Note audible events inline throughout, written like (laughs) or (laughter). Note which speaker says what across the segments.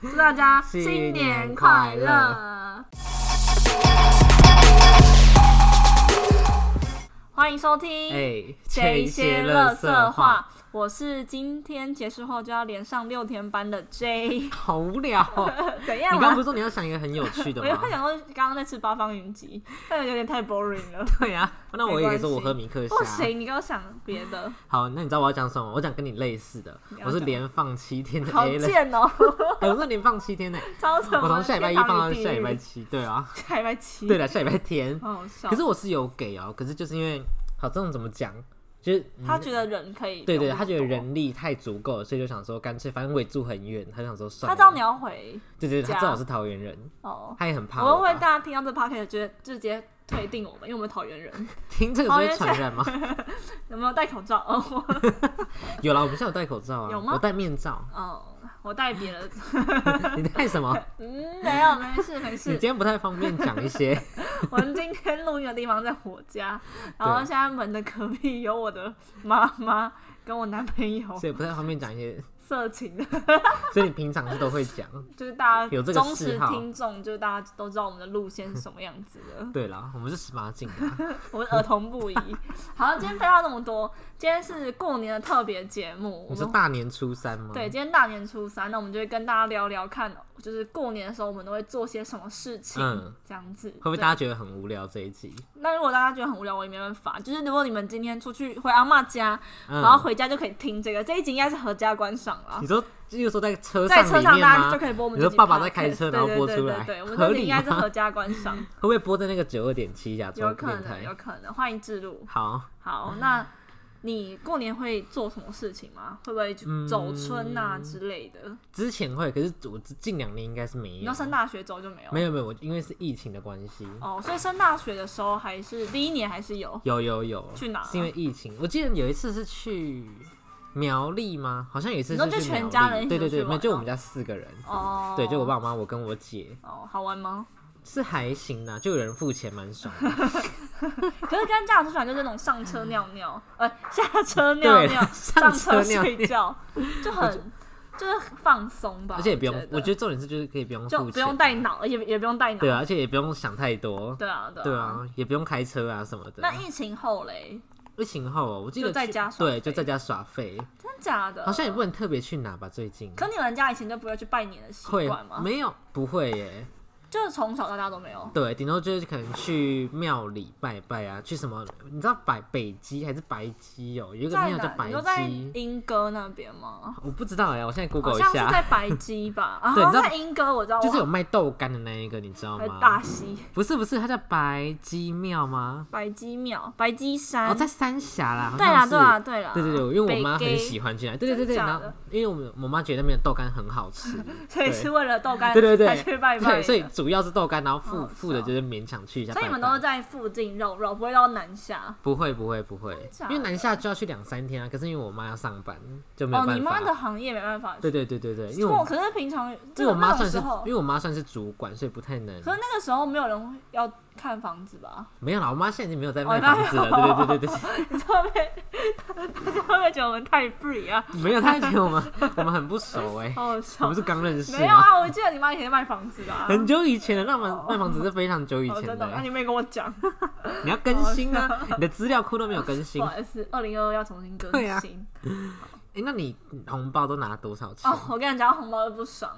Speaker 1: 祝大家
Speaker 2: 新
Speaker 1: 新
Speaker 2: 年
Speaker 1: 年
Speaker 2: 快
Speaker 1: 快
Speaker 2: 乐
Speaker 1: 乐！欢迎收听《
Speaker 2: 哎，
Speaker 1: 这一些乐色
Speaker 2: 色
Speaker 1: 话》，我是今天结束后就要连上六天班的 J， (laughs)
Speaker 2: 好无聊哦。
Speaker 1: 怎
Speaker 2: 你
Speaker 1: 样
Speaker 2: 刚
Speaker 1: 啊
Speaker 2: 不？是说你要想一个很有
Speaker 1: (laughs)
Speaker 2: 趣的
Speaker 1: 我原本
Speaker 2: 吗？
Speaker 1: 想说刚刚那次八方云集，但有点太 boring 了。
Speaker 2: (laughs) 对啊呀、那我也可以说我喝米克
Speaker 1: 不
Speaker 2: 虾。
Speaker 1: 行，你给我想别的，
Speaker 2: 好，那你知道我要讲什么？我讲跟你类似的
Speaker 1: 你，要
Speaker 2: 我是
Speaker 1: 讲
Speaker 2: 连放七天的
Speaker 1: 好
Speaker 2: A 类，
Speaker 1: 贱哦！
Speaker 2: 哎，我是连放七天的，
Speaker 1: (laughs) 超什么？
Speaker 2: 我从下礼拜一放到
Speaker 1: 天堂
Speaker 2: 下
Speaker 1: 与地
Speaker 2: 礼拜
Speaker 1: 狱
Speaker 2: 七，对啊，
Speaker 1: 下礼拜七，
Speaker 2: 对了，下礼拜天。
Speaker 1: 好好笑。
Speaker 2: 可是我是有给哦，可是就是因为，好，这种怎么讲？就是
Speaker 1: 他
Speaker 2: 嗯
Speaker 1: 觉得人可以，
Speaker 2: 对对，他觉得人力太足够了，所以就想说干脆，反正我也住很远，他就想说算
Speaker 1: 他
Speaker 2: 了。
Speaker 1: 知道你要回
Speaker 2: 对对，对他
Speaker 1: 家
Speaker 2: 知道我是桃园人，
Speaker 1: 哦。
Speaker 2: 他也很怕
Speaker 1: 我会不会
Speaker 2: 吧
Speaker 1: 大家听到这 p o c a s t 觉得就直接退订我们，因为我们讨厌人，
Speaker 2: 听这个是会传染吗？
Speaker 1: 有没有戴口罩？哦，
Speaker 2: 有啦，我们现在有戴口罩啊，
Speaker 1: 有吗
Speaker 2: 我戴
Speaker 1: (laughs)
Speaker 2: 面罩，
Speaker 1: 我哦，我戴别的，
Speaker 2: 你戴什么？
Speaker 1: 嗯，没有，没事，没 (laughs)
Speaker 2: 你
Speaker 1: 事
Speaker 2: 今。天不太方便讲一些，
Speaker 1: 我们今天录音的地方在我家，然后现在门的隔壁有我的妈妈跟我男朋友
Speaker 2: 所以不太方便讲一些，
Speaker 1: 色情的，
Speaker 2: 所以你平常是都会讲。
Speaker 1: 就是大
Speaker 2: 有
Speaker 1: 家
Speaker 2: 这个
Speaker 1: 忠
Speaker 2: 嗜
Speaker 1: 实
Speaker 2: 好
Speaker 1: 听众，就是大家都知道我们的路线是什么样子的。
Speaker 2: 对啦，我们是十八禁的啊，
Speaker 1: 我们儿童不宜。 (laughs) 好，今天废话那么多，今天是过年的特别节目，我
Speaker 2: 你说
Speaker 1: 们
Speaker 2: 大年初三吗？
Speaker 1: 对，今天大年初三，那我们就会跟大家聊聊看，就是过年的时候我们都会做些什么事情，
Speaker 2: 嗯
Speaker 1: 这样子。
Speaker 2: 会不会
Speaker 1: 对
Speaker 2: 大家觉得很无聊这一集？
Speaker 1: 那如果大家觉得很无聊，我也没办法。就是如果你们今天出去回阿嬷家，
Speaker 2: 嗯
Speaker 1: 然后回家就可以听这个，这一集应该是合家观赏啦
Speaker 2: 你。说，就是说在车
Speaker 1: 在车
Speaker 2: 里
Speaker 1: 上，
Speaker 2: 面
Speaker 1: 大家
Speaker 2: 吗？
Speaker 1: 就可以播我们
Speaker 2: 你说
Speaker 1: 自己
Speaker 2: 爸爸
Speaker 1: podcast
Speaker 2: 在开车然后
Speaker 1: 对
Speaker 2: 播
Speaker 1: 对
Speaker 2: 出
Speaker 1: 对
Speaker 2: 来
Speaker 1: 对，我们
Speaker 2: 合
Speaker 1: 这集
Speaker 2: 理
Speaker 1: 应该是
Speaker 2: 吗
Speaker 1: 合家观
Speaker 2: (laughs)
Speaker 1: 赏，
Speaker 2: 会不会播在那个九二点七亚洲
Speaker 1: 有可
Speaker 2: 电
Speaker 1: 能，有
Speaker 2: 台？嗯
Speaker 1: 可能，欢迎置入。
Speaker 2: 好，
Speaker 1: 好，那你过年会做什么事情吗？会不会去
Speaker 2: 嗯
Speaker 1: 走春啊之类的？
Speaker 2: 之前会，可是我近两年应该是没
Speaker 1: 你
Speaker 2: 有
Speaker 1: 要，升大学之后就没有？
Speaker 2: 没有没有，我因为是疫情的关系，
Speaker 1: 哦，所以升大学的时候还是第一年还是有
Speaker 2: 有有有，
Speaker 1: 去哪
Speaker 2: 是因为疫情，我记得有一次是去苗栗吗？好像有一次
Speaker 1: 你说
Speaker 2: 是
Speaker 1: 就
Speaker 2: 去苗栗
Speaker 1: 全家人一起
Speaker 2: 对对
Speaker 1: 出去
Speaker 2: 对，没有
Speaker 1: 玩
Speaker 2: 就
Speaker 1: 哦
Speaker 2: 我们家四个人，
Speaker 1: 哦，
Speaker 2: 对，就我爸。妈、我跟我姐，
Speaker 1: 哦，好玩吗？
Speaker 2: 是还行啦，就有人付钱，蛮爽的。
Speaker 1: 哦可是跟家长出去玩就是那种上车尿尿，呃，下
Speaker 2: (laughs)
Speaker 1: 车尿尿，
Speaker 2: 对
Speaker 1: 上
Speaker 2: 上车尿
Speaker 1: 睡
Speaker 2: (laughs)
Speaker 1: 觉，就很就是放松吧。
Speaker 2: 而且也不用，我
Speaker 1: 我
Speaker 2: 觉
Speaker 1: 得
Speaker 2: 得重点是就是可以不用
Speaker 1: 就
Speaker 2: 付
Speaker 1: 不用
Speaker 2: 钱，
Speaker 1: 带脑，也也不用带脑。
Speaker 2: 对啊，而且也不用想太多，
Speaker 1: 对啊，对
Speaker 2: 对。啊，也不用开车啊什么的。
Speaker 1: 那疫情后嘞，
Speaker 2: 疫情后，我记得
Speaker 1: 就在
Speaker 2: 去
Speaker 1: 家耍
Speaker 2: 对，
Speaker 1: 废
Speaker 2: 就在家耍废，
Speaker 1: 真假的？
Speaker 2: 好像也不能特别去哪吧？最近
Speaker 1: 可你们家以前就不会去拜年的习
Speaker 2: 会啊
Speaker 1: 惯吗？
Speaker 2: 没有？不会耶，
Speaker 1: 就是从小到大都没有。
Speaker 2: 对，顶多就是可能去庙里拜拜啊，去什么？你知道百北鸡还是白鸡哦、有一个
Speaker 1: 在
Speaker 2: 庙叫
Speaker 1: 哪？
Speaker 2: 白
Speaker 1: 你说在
Speaker 2: 鸡，
Speaker 1: 英歌那边吗？
Speaker 2: 我不知道哎、我现在
Speaker 1: 好
Speaker 2: Google 一
Speaker 1: 像是在
Speaker 2: 下，
Speaker 1: 白鸡
Speaker 2: (laughs)
Speaker 1: 吧，啊，
Speaker 2: 对
Speaker 1: 好
Speaker 2: 你知道
Speaker 1: 像在英歌，我知道，
Speaker 2: 就是有卖豆干的那一个，你知道
Speaker 1: 我还有
Speaker 2: 吗
Speaker 1: 哎大？溪
Speaker 2: 不是不是，它叫白鸡庙吗？
Speaker 1: 白鸡庙、白鸡
Speaker 2: 哦，
Speaker 1: 山。
Speaker 2: 在三峡啦，好
Speaker 1: 对啦，
Speaker 2: 像
Speaker 1: 对啦，
Speaker 2: 是。
Speaker 1: 对啦，
Speaker 2: 对对对，因为我妈很喜
Speaker 1: 欢，
Speaker 2: 欢去那，对对对对，
Speaker 1: 真的假
Speaker 2: 然后
Speaker 1: 的
Speaker 2: 因为我们我妈觉得那边的豆干很好吃，
Speaker 1: 所以是为了豆干
Speaker 2: 对对对
Speaker 1: 才去拜拜
Speaker 2: 对，
Speaker 1: 的。
Speaker 2: 所以主要是豆干，然后
Speaker 1: 好
Speaker 2: 附
Speaker 1: 好笑
Speaker 2: 附的就是勉强去一下
Speaker 1: 哦
Speaker 2: 拜
Speaker 1: 所以
Speaker 2: 拜。
Speaker 1: 你们都是在附近肉肉，不会到南下。
Speaker 2: 不会不会不会
Speaker 1: 假，的
Speaker 2: 因为南下就要去两三天啊。可是因为我妈要上班，就没有
Speaker 1: 哦
Speaker 2: 办，法。
Speaker 1: 你妈的行业没办法去。
Speaker 2: 对对对对对，因为
Speaker 1: 我
Speaker 2: 我
Speaker 1: 可是平常
Speaker 2: 因
Speaker 1: 这
Speaker 2: 为我
Speaker 1: 个
Speaker 2: 妈
Speaker 1: 那
Speaker 2: 算
Speaker 1: 种
Speaker 2: 是
Speaker 1: 时候
Speaker 2: 因，为我妈算是主管，所以不太能。
Speaker 1: 可是那个时候没有人会要看房子吧？ (laughs)
Speaker 2: 没有啦，我妈现在已经没有在
Speaker 1: 哦
Speaker 2: 卖
Speaker 1: 那
Speaker 2: 房子
Speaker 1: 没有
Speaker 2: 了。对对对对对
Speaker 1: 你知道被大家会不会觉得我们太 free 啊？
Speaker 2: 对，没有，她觉得我们我们很不熟哎，
Speaker 1: 好好
Speaker 2: 我
Speaker 1: 笑
Speaker 2: 们。是刚认识
Speaker 1: 没有
Speaker 2: 吗？
Speaker 1: 啊，我记得你妈以前卖房子的、啊。
Speaker 2: 很久以前的，那房
Speaker 1: 哦
Speaker 2: 卖房子是非常久以
Speaker 1: 哦，
Speaker 2: 前
Speaker 1: 真的，那
Speaker 2: 的，
Speaker 1: 你没跟我讲，
Speaker 2: 你要更新啊，你的资料库都没有更新
Speaker 1: 不。好意思，二零二二要重新更
Speaker 2: 对啊
Speaker 1: 新。
Speaker 2: 哎，那你红包都拿多少钱
Speaker 1: 哦？，我跟你讲，红包都不爽，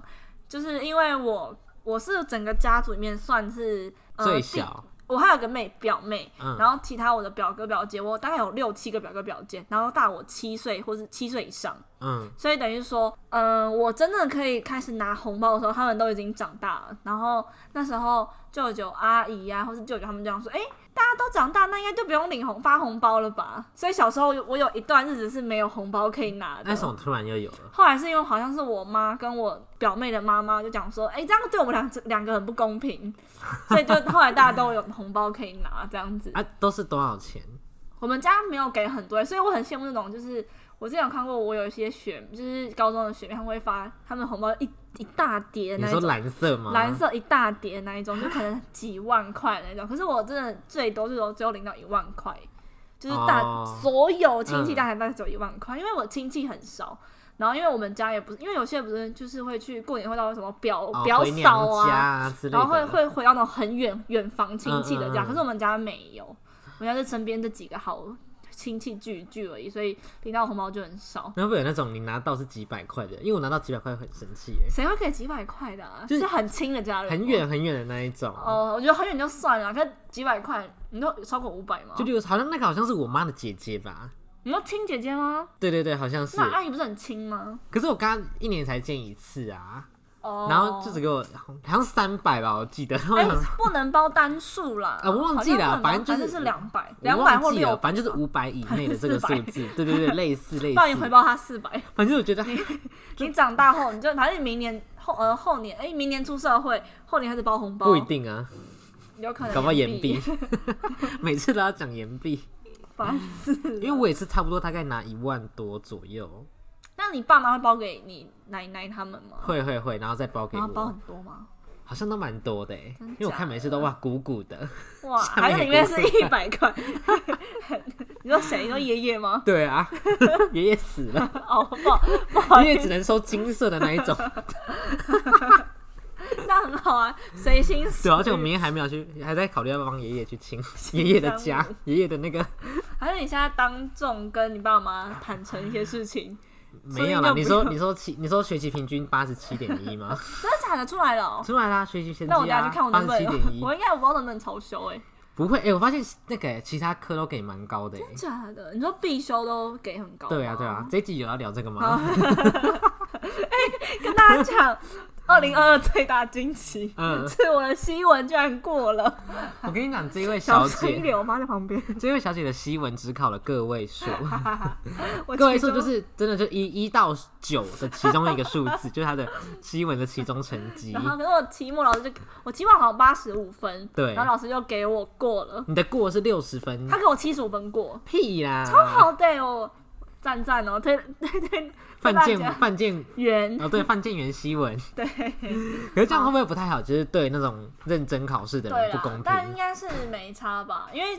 Speaker 1: 就是因为我我是整个家族里面算是、呃、
Speaker 2: 最
Speaker 1: 第
Speaker 2: 小，
Speaker 1: 我还有个妹表妹，
Speaker 2: 嗯
Speaker 1: 然后其他我的表哥表姐，我大概有六七个表哥表姐，然后大我七岁或是七岁以上，
Speaker 2: 嗯，
Speaker 1: 所以等于说，嗯、我真正可以开始拿红包的时候，他们都已经长大了。然后那时候舅舅、阿姨呀、或是舅舅他们就想说，哎、大家都长大，那应该就不用领红发红包了吧？所以小时候我有一段日子是没有红包可以拿的
Speaker 2: 那。时候突然又有了，
Speaker 1: 后来是因为好像是我妈跟我表妹的妈妈就讲说，哎、这样对我们两两个很不公平，所以就后来大家都有红包可以拿这样子。
Speaker 2: 啊，都是多少钱？
Speaker 1: 我们家没有给很多，所以我很羡慕那种，就是我之前有看过，我有一些学，就是高中的学妹，他们会发他们红包一一大叠
Speaker 2: 你
Speaker 1: 那一
Speaker 2: 说
Speaker 1: 种，
Speaker 2: 蓝色吗？
Speaker 1: 蓝色一大叠那一种，就可能几万块那种。可是我真的最多最多只有领到一万块，就是大、
Speaker 2: 哦
Speaker 1: 所有亲戚
Speaker 2: 嗯
Speaker 1: 大概大概只有一万块，因为我亲戚很少，然后因为我们家也不是，因为有些不是就是会去过年会到什么表、
Speaker 2: 哦
Speaker 1: 表
Speaker 2: 回娘
Speaker 1: 嫂
Speaker 2: 家
Speaker 1: 啊，
Speaker 2: 啊之类的，
Speaker 1: 然后会会回到那种很远远房亲戚的家，
Speaker 2: 嗯嗯嗯
Speaker 1: 可是我们家没有，我们家是身边这几个好亲戚聚聚而已，所以领到红包就很少。
Speaker 2: 然后会有那种你拿到是几百块的，因为我拿到几百块很生气耶，
Speaker 1: 谁会给几百块的、啊？
Speaker 2: 就是
Speaker 1: 是很亲的家人，
Speaker 2: 很。远很远的那一种。
Speaker 1: 哦，我觉得很远就算了，可是几百块，你都超过五百吗
Speaker 2: 就？例如好像那个好像是我妈的姐姐吧，
Speaker 1: 你说亲姐姐吗？
Speaker 2: 对对对，好像是
Speaker 1: 那。啊阿姨不是很亲吗？
Speaker 2: 可是我刚刚一年才见一次啊，
Speaker 1: 哦，
Speaker 2: 然后就只给我好像三百吧，我记得。然后我 (laughs)
Speaker 1: 哎
Speaker 2: 想，
Speaker 1: 不能包单数啦，
Speaker 2: 啊我忘记了
Speaker 1: 好像不能包
Speaker 2: 反正就是
Speaker 1: 是两百，两
Speaker 2: 我
Speaker 1: 百或
Speaker 2: 忘记
Speaker 1: 六
Speaker 2: 了，，反正就是五百以内的
Speaker 1: (laughs)
Speaker 2: 这个数字，对对对，类似类
Speaker 1: 不
Speaker 2: 似。
Speaker 1: 然你回报他四百。
Speaker 2: 反正我觉得哎
Speaker 1: 你长大后，你就反正你明年后呃后年，哎、明年出社会，后年开始包红包，
Speaker 2: 不一定啊，
Speaker 1: 有可能
Speaker 2: 搞不好
Speaker 1: 哦延
Speaker 2: 岩壁，， (laughs) 每次都要讲岩壁，
Speaker 1: (laughs) 烦死了。
Speaker 2: 因为我也是差不多大概拿一万多左右，
Speaker 1: 那你爸妈会包给你奶奶他们吗？
Speaker 2: 会会会，然后再包给
Speaker 1: 然后包
Speaker 2: 我，
Speaker 1: 很多吗？
Speaker 2: 好像都蛮多的欸
Speaker 1: 真
Speaker 2: 因为我看每次都哇鼓鼓的， (laughs)
Speaker 1: 哇，
Speaker 2: 下
Speaker 1: 还
Speaker 2: 面
Speaker 1: 是里面是一百块？ (laughs) 你说谁？你说爷爷吗？ (laughs)
Speaker 2: 对啊， (laughs) 爷爷死了。 (laughs)
Speaker 1: 哦，不好不好意
Speaker 2: 因为
Speaker 1: 思
Speaker 2: 只，能收金色的那一
Speaker 1: (laughs)
Speaker 2: 种，
Speaker 1: 这样很好啊，随心所
Speaker 2: 对，
Speaker 1: 欲。
Speaker 2: 而且我明天还没有去，还在考虑要不要帮爷爷去
Speaker 1: (laughs)
Speaker 2: 亲爷爷的
Speaker 1: 啊
Speaker 2: 家，爷爷的那个
Speaker 1: 还是你现在当众跟你爸妈坦诚一些事情？
Speaker 2: 没有啦。
Speaker 1: 所以
Speaker 2: 你
Speaker 1: 就不
Speaker 2: 说你说七，你说学习平均八十七点一
Speaker 1: (laughs)
Speaker 2: 吗？
Speaker 1: 真的假的出来了、哦？
Speaker 2: 出来啦，学习成
Speaker 1: 那我
Speaker 2: 绩
Speaker 1: 等下
Speaker 2: 啊
Speaker 1: 去看我，
Speaker 2: 八
Speaker 1: 能
Speaker 2: 啊十
Speaker 1: 不能
Speaker 2: 七点，一，
Speaker 1: 我应该我不知道能不能超修哎、
Speaker 2: 不会。哎，我发现那个其他科都给蛮高的欸。
Speaker 1: 假的？你说必修都给很高？
Speaker 2: 对啊，对啊。，这一集有要聊这个
Speaker 1: 好，
Speaker 2: 吗？
Speaker 1: 哎、跟大家讲，二零二二最大惊奇。
Speaker 2: 嗯，
Speaker 1: 是我的西文居然过了，
Speaker 2: 我跟你讲，这一
Speaker 1: (laughs)
Speaker 2: 位
Speaker 1: 小
Speaker 2: 小
Speaker 1: 清
Speaker 2: 姐，
Speaker 1: 流吗？在旁边， (laughs)
Speaker 2: 这位小姐的西文只考了个位数， (laughs)
Speaker 1: 我
Speaker 2: 个位
Speaker 1: 其
Speaker 2: 数
Speaker 1: 中
Speaker 2: 就是真的就一一到九的其中一个数字，就是她的西文的其中成绩
Speaker 1: 然。后可是我期末老师就我期末好像八十五分，
Speaker 2: 嗯对嗯
Speaker 1: 然后老师就给我过了，
Speaker 2: 你的过是六十分，
Speaker 1: 他给我七十五分过，
Speaker 2: 屁啦！
Speaker 1: 超好的哦，赞赞哦，推 (laughs) 对对，推
Speaker 2: 范
Speaker 1: 大
Speaker 2: 建
Speaker 1: 家
Speaker 2: 范建
Speaker 1: 圆
Speaker 2: 哦，对范建元西文，
Speaker 1: 对
Speaker 2: 可是这样会不会不太好？就是对那种认真考试的
Speaker 1: 对
Speaker 2: 人不
Speaker 1: 啦
Speaker 2: 公，
Speaker 1: 但应
Speaker 2: 平。
Speaker 1: 该是没差吧，因为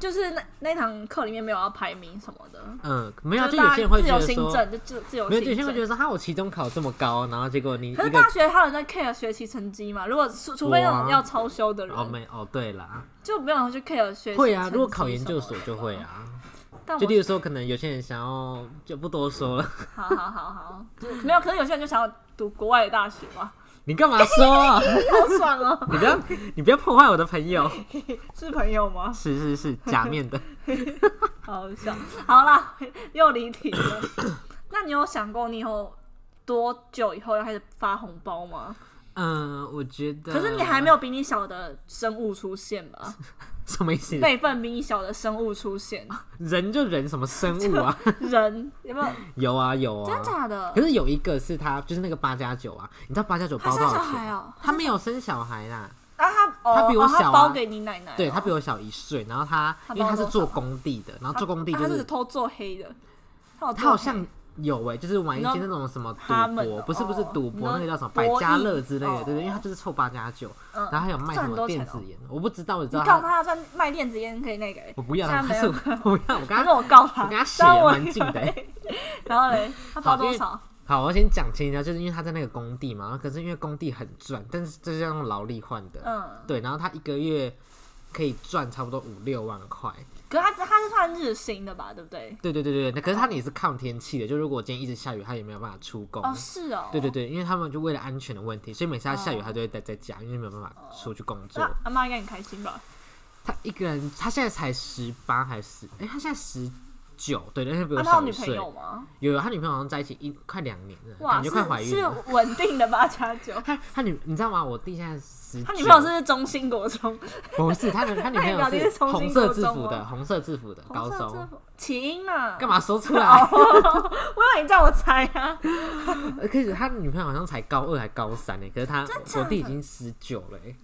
Speaker 1: 就是那那堂课里面没有要排名什么的，
Speaker 2: 嗯，没有，
Speaker 1: 就
Speaker 2: 就是有
Speaker 1: 大
Speaker 2: 些人
Speaker 1: 家
Speaker 2: 会
Speaker 1: 自
Speaker 2: 觉
Speaker 1: 由
Speaker 2: 得
Speaker 1: 行
Speaker 2: 说，
Speaker 1: 政就自自由
Speaker 2: 没有，
Speaker 1: 行
Speaker 2: 有些人会觉
Speaker 1: 政。
Speaker 2: 得说，哈，我期中考这么高，然后结果你一
Speaker 1: 可是
Speaker 2: 个
Speaker 1: 大学他有在 care 学习成绩嘛？如果除除非那
Speaker 2: 我
Speaker 1: 种
Speaker 2: 啊
Speaker 1: 要超修的人，
Speaker 2: 哦没哦，对啦，
Speaker 1: 就没有人会去 care 学习。
Speaker 2: 会啊，如果考研究所就会，啊。
Speaker 1: 但
Speaker 2: 就
Speaker 1: 我
Speaker 2: 例如说，可能有些人想要就不多说了， (laughs)
Speaker 1: 好好好好，就是没有。可是有些人就想要读国外的大学嘛，
Speaker 2: 你干嘛说啊？
Speaker 1: 好爽哦！
Speaker 2: 你
Speaker 1: (laughs)
Speaker 2: 不要你不要破坏我的朋友， (laughs)
Speaker 1: 是朋友吗？
Speaker 2: 是是是假
Speaker 1: (laughs)
Speaker 2: 面的。
Speaker 1: 好笑。好啦，又离题
Speaker 2: (coughs)
Speaker 1: 了。那你有想过你以后多久以后要开始发红包吗？
Speaker 2: 嗯，我觉得。
Speaker 1: 可是你还没有比你小的生物出现吧？
Speaker 2: 什么意思？
Speaker 1: 辈分比你小的生物出现，
Speaker 2: 人就人什么生物
Speaker 1: (laughs)
Speaker 2: 啊？
Speaker 1: 人有没有？
Speaker 2: 有啊有
Speaker 1: 真
Speaker 2: 啊
Speaker 1: 的。假的
Speaker 2: 可？是有一个是他，就是那个八加九啊，你知道八加九
Speaker 1: 他
Speaker 2: 包
Speaker 1: 生
Speaker 2: 多
Speaker 1: 小
Speaker 2: 少
Speaker 1: 孩
Speaker 2: 钱？
Speaker 1: 哦、
Speaker 2: 他没有生小孩啦，
Speaker 1: 啊他哦，
Speaker 2: 他比我
Speaker 1: 哦
Speaker 2: 小啊
Speaker 1: 包给你奶奶哦、
Speaker 2: 对他比我小一岁，然后他
Speaker 1: 哦他包
Speaker 2: 因为他是
Speaker 1: 多少
Speaker 2: 做工地的，然后做工地
Speaker 1: 啊
Speaker 2: 就
Speaker 1: 他
Speaker 2: 是
Speaker 1: 是偷做黑的，他有做
Speaker 2: 他好像有哎、就是玩一
Speaker 1: 你
Speaker 2: 些
Speaker 1: 知
Speaker 2: 那种什么赌
Speaker 1: 他们
Speaker 2: 博，
Speaker 1: 哦
Speaker 2: 不是不是赌
Speaker 1: 你说
Speaker 2: 博，那个叫什么
Speaker 1: 博
Speaker 2: 百
Speaker 1: 弈
Speaker 2: 家乐之类
Speaker 1: 哦
Speaker 2: 的，对对，因为他就是凑八加九，
Speaker 1: 嗯
Speaker 2: 然后还有卖什
Speaker 1: 赚很
Speaker 2: 么
Speaker 1: 多钱
Speaker 2: 电
Speaker 1: 哦
Speaker 2: 子烟，我不知道，我知
Speaker 1: 你
Speaker 2: 道
Speaker 1: 告
Speaker 2: 他，
Speaker 1: 他算卖电子烟可以那个、欸，
Speaker 2: 啊我不要
Speaker 1: 现
Speaker 2: 他，
Speaker 1: 在
Speaker 2: 不
Speaker 1: 没
Speaker 2: 是
Speaker 1: 有
Speaker 2: 我，我不要，我刚
Speaker 1: 还
Speaker 2: 刚
Speaker 1: 是我告他，
Speaker 2: 我跟他写
Speaker 1: 但
Speaker 2: 得
Speaker 1: 我
Speaker 2: 蛮近的欸
Speaker 1: 以为。然后嘞，他包
Speaker 2: 好因
Speaker 1: 多
Speaker 2: 为
Speaker 1: 少？
Speaker 2: 好，我先讲清一下，就是因为他在那个工地嘛，可是因为工地很赚，但是这是要用劳力换的，
Speaker 1: 嗯，
Speaker 2: 对，然后他一个月可以赚差不多五六万块，
Speaker 1: 可是他他是算日薪的吧，对不对？
Speaker 2: 对对对对，那可是他们也是抗天气的，就如果今天一直下雨，他也没有办法出工。
Speaker 1: 哦，是哦，
Speaker 2: 对对。对，因为他们就为了安全的问题，所以每次他下雨，
Speaker 1: 哦
Speaker 2: 他都会待在家，因为没有办法出去工作
Speaker 1: 那。阿妈应该很开心吧？
Speaker 2: 他一个人，他现在才十八还是十？哎，他现在十九，对，但是比
Speaker 1: 啊，
Speaker 2: 我
Speaker 1: 他有
Speaker 2: 小一
Speaker 1: 女朋
Speaker 2: 岁。
Speaker 1: 友吗？
Speaker 2: 有有，他女朋友好像在一起一快两年了，
Speaker 1: 哇，
Speaker 2: 感觉
Speaker 1: 是
Speaker 2: 快怀孕
Speaker 1: 是
Speaker 2: 了。
Speaker 1: 稳定的八加
Speaker 2: (laughs)
Speaker 1: 九。
Speaker 2: 他他女，你知道吗？我弟现在十，
Speaker 1: 他女朋友是中兴国中，
Speaker 2: 不是他的？他女朋
Speaker 1: 他
Speaker 2: 友
Speaker 1: 表弟是重新
Speaker 2: 红色
Speaker 1: 国
Speaker 2: 制
Speaker 1: 中
Speaker 2: 服的，
Speaker 1: 吗
Speaker 2: 红色制服的高
Speaker 1: 红色制
Speaker 2: 中。
Speaker 1: 服起因啊？
Speaker 2: 干
Speaker 1: 嘛？
Speaker 2: 嘛说出来？
Speaker 1: (laughs) 我以为你叫我猜啊。
Speaker 2: (laughs) 可是他女朋友好像才高二还高三欸呢，可是他
Speaker 1: 假
Speaker 2: 我
Speaker 1: 的
Speaker 2: 弟已经十九了欸，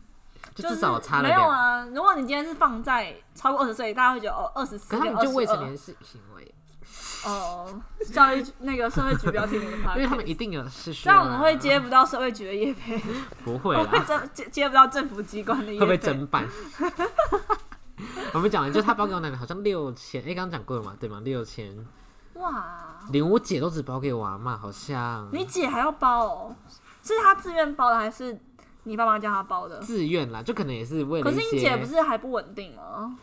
Speaker 2: 就
Speaker 1: 就是
Speaker 2: 至少差了
Speaker 1: 没有
Speaker 2: 两
Speaker 1: 啊。如果你今天是放在超过二十岁，大家会觉得哦，二十四
Speaker 2: 可他们就未成年性行为，
Speaker 1: 哦，教育局那个社会局不要听我们的 podcast，
Speaker 2: (laughs) 因为他们一定有是需
Speaker 1: 这
Speaker 2: 要
Speaker 1: 样
Speaker 2: 啊。
Speaker 1: 我们会接不到社会局的业配，
Speaker 2: 不会
Speaker 1: 会
Speaker 2: 啦，
Speaker 1: 政 (laughs) 接接不到政府机关的业配，
Speaker 2: 会不会整 (laughs) 版？我们讲完，就他包给我奶奶好像六千，哎，刚刚讲过了嘛，对吗？六千
Speaker 1: 哇，
Speaker 2: 连我姐都只包给我阿妈，好像
Speaker 1: 你姐还要包哦？是她自愿包的，还是你爸妈叫她包的？
Speaker 2: 自愿啦，就可能也是为
Speaker 1: 可
Speaker 2: 了一
Speaker 1: 是
Speaker 2: 些，
Speaker 1: 你姐不是还不稳定吗？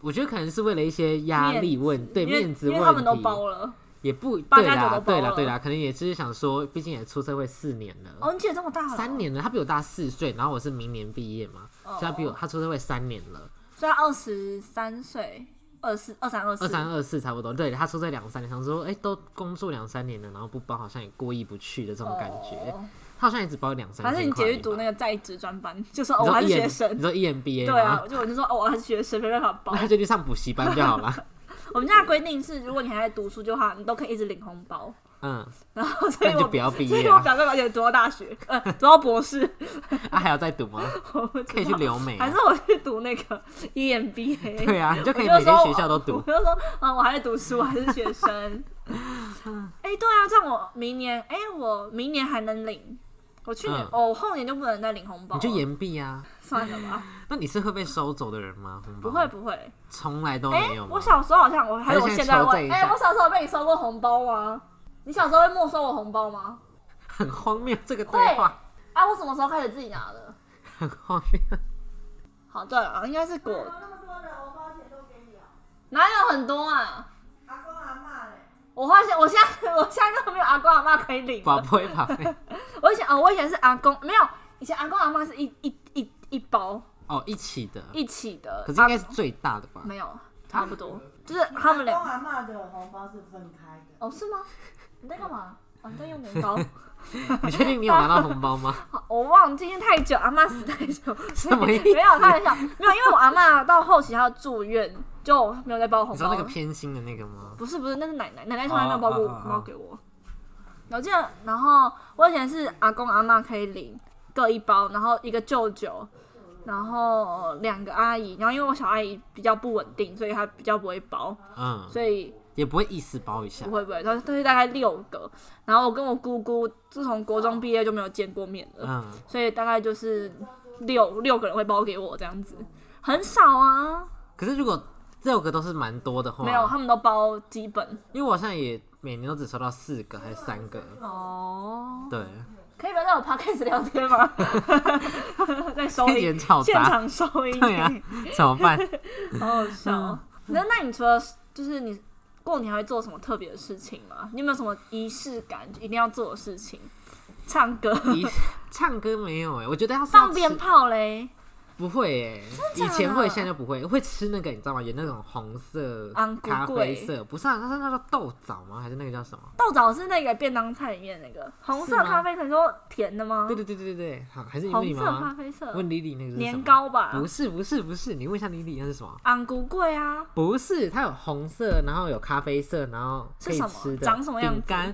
Speaker 2: 我觉得可能是为了一些压力问，对
Speaker 1: 因为
Speaker 2: 面子
Speaker 1: 因
Speaker 2: 问
Speaker 1: 为
Speaker 2: 题，
Speaker 1: 他们都包了。
Speaker 2: 也不
Speaker 1: 八
Speaker 2: 对
Speaker 1: 加九
Speaker 2: 啦
Speaker 1: 都，包
Speaker 2: 对啦，
Speaker 1: 了
Speaker 2: 对啦，可能也是想说，毕竟也出社会四年了，
Speaker 1: 哦，你姐这么大了，
Speaker 2: 三，年了，他比我大四岁，然后我是明年毕业嘛，
Speaker 1: 哦
Speaker 2: 所以他比我他出社会三年了，
Speaker 1: 所以她二十三岁，二四二三二
Speaker 2: 二
Speaker 1: 四，
Speaker 2: 三二四差不多，对他出社会两三年，想说哎、都工作两三年了，然后不包好像也过意不去的这种感觉，
Speaker 1: 哦
Speaker 2: 他好像也只包两三
Speaker 1: 还是
Speaker 2: 千
Speaker 1: 你
Speaker 2: 块吧。
Speaker 1: 姐去读那个在职专
Speaker 2: (laughs)
Speaker 1: 班，就说哦
Speaker 2: 你
Speaker 1: 我
Speaker 2: 说
Speaker 1: 还是
Speaker 2: EM
Speaker 1: 学生
Speaker 2: E 你，说 EMBA
Speaker 1: 对啊
Speaker 2: 吗，，
Speaker 1: 我就我就说哦我还是学生，没办法包
Speaker 2: (laughs) 那。他就去上补习班就好了。
Speaker 1: 我们家的规定是，如果你还在读书的话，你都可以一直领红包。
Speaker 2: 嗯，
Speaker 1: 然后所
Speaker 2: 那
Speaker 1: 以
Speaker 2: 你就
Speaker 1: 我
Speaker 2: 不要毕
Speaker 1: 所以
Speaker 2: 业
Speaker 1: 我
Speaker 2: 啊，
Speaker 1: 表哥表姐读到大学，呃，读到博士，
Speaker 2: 啊还要再读吗？
Speaker 1: 我不知道
Speaker 2: 可以去留美啊
Speaker 1: 还是我去读那个 E EMBA。
Speaker 2: 对啊，你就可以
Speaker 1: 我
Speaker 2: 每
Speaker 1: 就说
Speaker 2: 天学校都
Speaker 1: 我
Speaker 2: 读。
Speaker 1: 就说，嗯，我还在读书，我还是学
Speaker 2: (laughs)
Speaker 1: 生。哎、对啊，这样我明年，哎、我明年还能领。我去年，
Speaker 2: 嗯
Speaker 1: 哦，我后年就不能再领红包
Speaker 2: 你
Speaker 1: 了。
Speaker 2: 就延毕啊？
Speaker 1: 算了
Speaker 2: (laughs)
Speaker 1: 吧，
Speaker 2: 那你是会被收走的人吗？红包
Speaker 1: 不会，不会。
Speaker 2: 从来都
Speaker 1: 哎、
Speaker 2: 没有吗。
Speaker 1: 我小时候好像，我还有我
Speaker 2: 还是
Speaker 1: 现
Speaker 2: 先
Speaker 1: 在
Speaker 2: 求
Speaker 1: 问
Speaker 2: 证一，
Speaker 1: 哎、
Speaker 2: 下
Speaker 1: 我小时候有被你收过红包吗？你小时候会没收我红包吗？
Speaker 2: 很荒谬，这个对话
Speaker 1: 啊，我什么时候开始自己拿的？
Speaker 2: 很荒谬。
Speaker 1: 好，对了，应该是果
Speaker 3: 有那么多人，我包钱都给你啊！
Speaker 1: 哪有很多啊？
Speaker 3: 阿公阿妈嘞，
Speaker 1: 我发现我现在 (laughs) 我现在都没有阿公阿妈可以领
Speaker 2: 宝
Speaker 1: 了。
Speaker 2: 贝，宝贝，
Speaker 1: 我以前哦，我以前是阿公，没有，以前阿公阿妈是一一一一包
Speaker 2: 哦，一起的，
Speaker 1: 一起的，
Speaker 2: 可是应该是最大的吧？
Speaker 1: 没有，差不多，就是他们
Speaker 3: 阿公
Speaker 1: 俩。
Speaker 3: 阿妈的红包是分开的，
Speaker 1: 哦，是吗？你在干嘛？哦，你在用年
Speaker 2: (laughs)
Speaker 1: 糕？啊
Speaker 2: 你确定你有拿到红包吗？
Speaker 1: 好我忘记，因为太久，阿妈死太久，
Speaker 2: (laughs) 什么意思？
Speaker 1: (laughs) 没有开玩笑，没有，因为我阿妈到后期她要住院，就没有再包红
Speaker 2: 你知道
Speaker 1: 包
Speaker 2: 那
Speaker 1: 了。
Speaker 2: 个偏心的那个吗？
Speaker 1: 不是不是，那是奶奶，奶奶从来没有包过
Speaker 2: 哦哦哦哦
Speaker 1: 包给我。我记得，然后我以前是阿公阿妈可以领各一包，然后一个舅舅，然后两个阿姨，然后因为我小阿姨比较不稳定，所以她比较不会包，
Speaker 2: 嗯，
Speaker 1: 所以
Speaker 2: 也不会意思包一下
Speaker 1: 不。会不会，她她是大概六个。然后我跟我姑姑自从国中毕业就没有见过面了，
Speaker 2: 嗯，
Speaker 1: 所以大概就是六六个人会包给我这样子，很少啊，
Speaker 2: 可是如果六个都是蛮多的话，
Speaker 1: 没有，他们都包基本
Speaker 2: 因为我好像也每年都只收到四个还是三个，
Speaker 1: 哦。
Speaker 2: 对，
Speaker 1: 可以不要在我 podcast 聊天 (laughs) 吗？在收
Speaker 2: 一
Speaker 1: 音，
Speaker 2: 点吵
Speaker 1: 现
Speaker 2: 杂，
Speaker 1: 场收音，(laughs)
Speaker 2: 对啊，怎么办？
Speaker 1: 好好笑哦。那那你除了就是你过年还会做什么特别的事情吗？你有没有什么仪式感一定要做的事情？唱 (laughs) 歌、
Speaker 2: 以唱歌没有哎、我觉得要是要
Speaker 1: 放
Speaker 2: 吃
Speaker 1: 鞭炮嘞，
Speaker 2: 不会哎、
Speaker 1: 假
Speaker 2: 以
Speaker 1: 的
Speaker 2: 前会，现在就不会。会吃那个你知道吗？有那种红色
Speaker 1: 昂、古
Speaker 2: 咖啡
Speaker 1: 贵
Speaker 2: 色，不是、啊，那是那叫豆枣吗？还是那个叫什么？
Speaker 1: 豆枣是那个便当菜里面那个红色
Speaker 2: 是吗
Speaker 1: 咖啡色，你说甜的吗
Speaker 2: 对？对对对对对，好，还是你问
Speaker 1: 红
Speaker 2: 你
Speaker 1: 色咖
Speaker 2: 妈妈？
Speaker 1: 啡色
Speaker 2: 问李李那个是什么
Speaker 1: 年？糕吧？
Speaker 2: 不是不是不是，你问一下李李那是什么？
Speaker 1: 昂古贵啊，
Speaker 2: 不是，它有红色，然后有咖啡色，然后
Speaker 1: 是
Speaker 2: 可以
Speaker 1: 什么
Speaker 2: 吃的
Speaker 1: 长什么样子
Speaker 2: 饼干，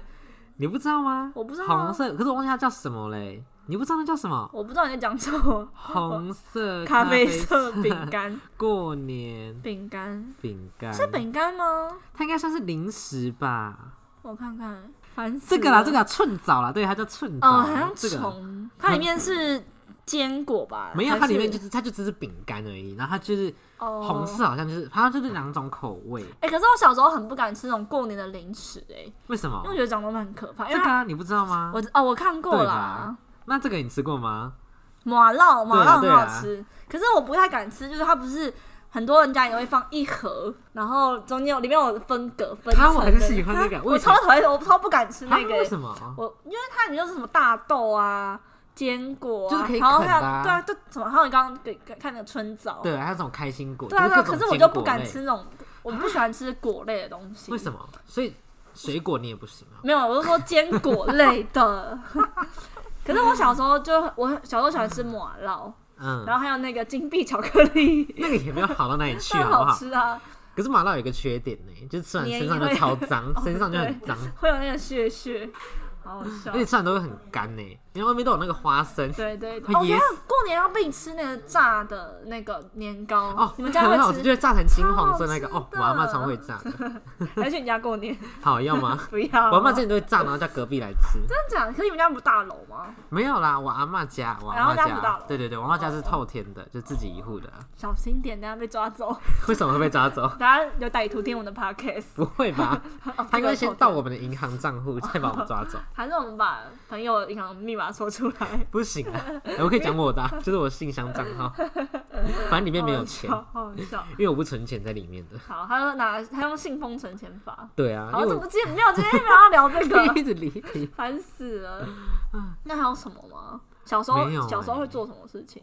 Speaker 2: 你不知道吗？
Speaker 1: 我不知道啊
Speaker 2: 红色，可是我忘记它叫什么嘞？你不知道那叫什么？
Speaker 1: 我不知道你在讲什么。
Speaker 2: 红色
Speaker 1: 咖啡
Speaker 2: 啡
Speaker 1: 色饼，干，
Speaker 2: 过年
Speaker 1: 饼干
Speaker 2: 饼干
Speaker 1: 是饼干吗？
Speaker 2: 它应该算是零食吧？
Speaker 1: 我看看，烦死
Speaker 2: 这个啦，
Speaker 1: 了
Speaker 2: 这个啦寸枣啦，对，它叫寸枣。
Speaker 1: 哦，好像
Speaker 2: 啊这个
Speaker 1: 虫，它里面是坚果吧？
Speaker 2: 没有，
Speaker 1: 还
Speaker 2: 它里面
Speaker 1: 是
Speaker 2: 就是它就只是饼干而已，然后它就是
Speaker 1: 哦
Speaker 2: 红色，好像就是好像就是两种口味，
Speaker 1: 哎、可是我小时候很不敢吃那种过年的零食、哎，
Speaker 2: 为什么
Speaker 1: 因为我？觉得长得很可怕。因
Speaker 2: 这
Speaker 1: 为
Speaker 2: 个
Speaker 1: 它、
Speaker 2: 啊你不知道吗？
Speaker 1: 我哦，我看过
Speaker 2: 对
Speaker 1: 啦
Speaker 2: 吧，那这个你吃过吗？
Speaker 1: 马烙马烙
Speaker 2: 对
Speaker 1: 很
Speaker 2: 啊
Speaker 1: 好吃，可是我不太敢吃，就是它不是很多人家也会放一盒，然后中间有里面有分隔分
Speaker 2: 它
Speaker 1: 层的。
Speaker 2: 我还是喜欢那个
Speaker 1: 它
Speaker 2: 我
Speaker 1: 我
Speaker 2: 以前
Speaker 1: 超讨厌，我超不敢吃
Speaker 2: 啊
Speaker 1: 那个、
Speaker 2: 为
Speaker 1: 哎
Speaker 2: 什么？
Speaker 1: 我因为它里面就是什么大豆啊、坚果啊，
Speaker 2: 就是可以
Speaker 1: 然后
Speaker 2: 啃
Speaker 1: 还有
Speaker 2: 的啊
Speaker 1: 对啊，就什么，还有你刚刚给给看那个春枣，
Speaker 2: 对，还有这种开心果，
Speaker 1: 对啊
Speaker 2: 就
Speaker 1: 对啊，
Speaker 2: 各
Speaker 1: 可
Speaker 2: 种
Speaker 1: 是我就
Speaker 2: 坚
Speaker 1: 不
Speaker 2: 果
Speaker 1: 敢
Speaker 2: 类
Speaker 1: 吃，那种，我不喜欢吃果类的东西。
Speaker 2: 为什
Speaker 1: 么？
Speaker 2: 么？所以水果你也不行啊？
Speaker 1: 没有，我是说坚果类
Speaker 2: (laughs)
Speaker 1: 的。可是我小时候就我小时候喜欢吃马酪，
Speaker 2: 嗯
Speaker 1: 然，后还有那个金币巧克力，
Speaker 2: 那个也没有好到哪里 (laughs)
Speaker 1: (laughs)
Speaker 2: 去，
Speaker 1: 那
Speaker 2: 好不
Speaker 1: 好
Speaker 2: 好？
Speaker 1: 吃啊，
Speaker 2: 可是麻辣有一个缺点呢，就是吃完
Speaker 1: 黏
Speaker 2: 身上
Speaker 1: 因
Speaker 2: 就
Speaker 1: 为
Speaker 2: 超脏
Speaker 1: (laughs) ，哦
Speaker 2: 身上就
Speaker 1: 对
Speaker 2: 很脏。
Speaker 1: 会有那个屑屑。好好笑
Speaker 2: 而。且吃完都会很干呢，因为外面都有那个花生。
Speaker 1: 对对对，
Speaker 2: 会
Speaker 1: 哦，还
Speaker 2: 噎
Speaker 1: 有
Speaker 2: 死
Speaker 1: 过年要必吃那个炸的那个年糕，
Speaker 2: 哦，
Speaker 1: 你们家
Speaker 2: 很好
Speaker 1: 会
Speaker 2: 吃，
Speaker 1: 吃？
Speaker 2: 就是炸成金黄色那个。
Speaker 1: 超
Speaker 2: 哦
Speaker 1: 好，吃
Speaker 2: 我
Speaker 1: 的
Speaker 2: 阿妈常会炸的，
Speaker 1: 还是你家过年
Speaker 2: 好要吗？
Speaker 1: 不 (laughs) 要？啊
Speaker 2: 我阿妈之前都会炸，然后叫隔壁来吃。
Speaker 1: 真的假的？可是你们家不大楼吗？
Speaker 2: 没有啦，我阿妈家，我
Speaker 1: 然
Speaker 2: 阿
Speaker 1: 后
Speaker 2: 妈
Speaker 1: 家不大哦
Speaker 2: 家
Speaker 1: 楼，
Speaker 2: 对对对，我阿妈家是透天的，就自己一户的。 (laughs)
Speaker 1: 小心点，等下被抓走。 (laughs)
Speaker 2: 为什么会被抓走？
Speaker 1: 等下有歹徒听我的 podcast，
Speaker 2: 不会吧？
Speaker 1: 哦
Speaker 2: 他应该
Speaker 1: 这
Speaker 2: 先
Speaker 1: 个
Speaker 2: 到我们的银行账户，再把我们抓
Speaker 1: (laughs)
Speaker 2: 走。
Speaker 1: 还是我们把朋友的银行密码说出来？
Speaker 2: 不行啊，欸我可以讲我的啊、就是我信箱账号，反正里面没有钱
Speaker 1: 哦好，好笑。好好笑
Speaker 2: 因为我不存钱在里面的。
Speaker 1: 好，他说拿他用信封存钱法。
Speaker 2: 对啊，
Speaker 1: 好，
Speaker 2: 因为
Speaker 1: 怎么
Speaker 2: 我
Speaker 1: 今天没有今天没有要聊这
Speaker 2: (laughs) 一
Speaker 1: 个，
Speaker 2: 直离题。
Speaker 1: 烦死了。那还有什么吗？小时候
Speaker 2: 没有
Speaker 1: 小时候
Speaker 2: 欸
Speaker 1: 会做什么事情？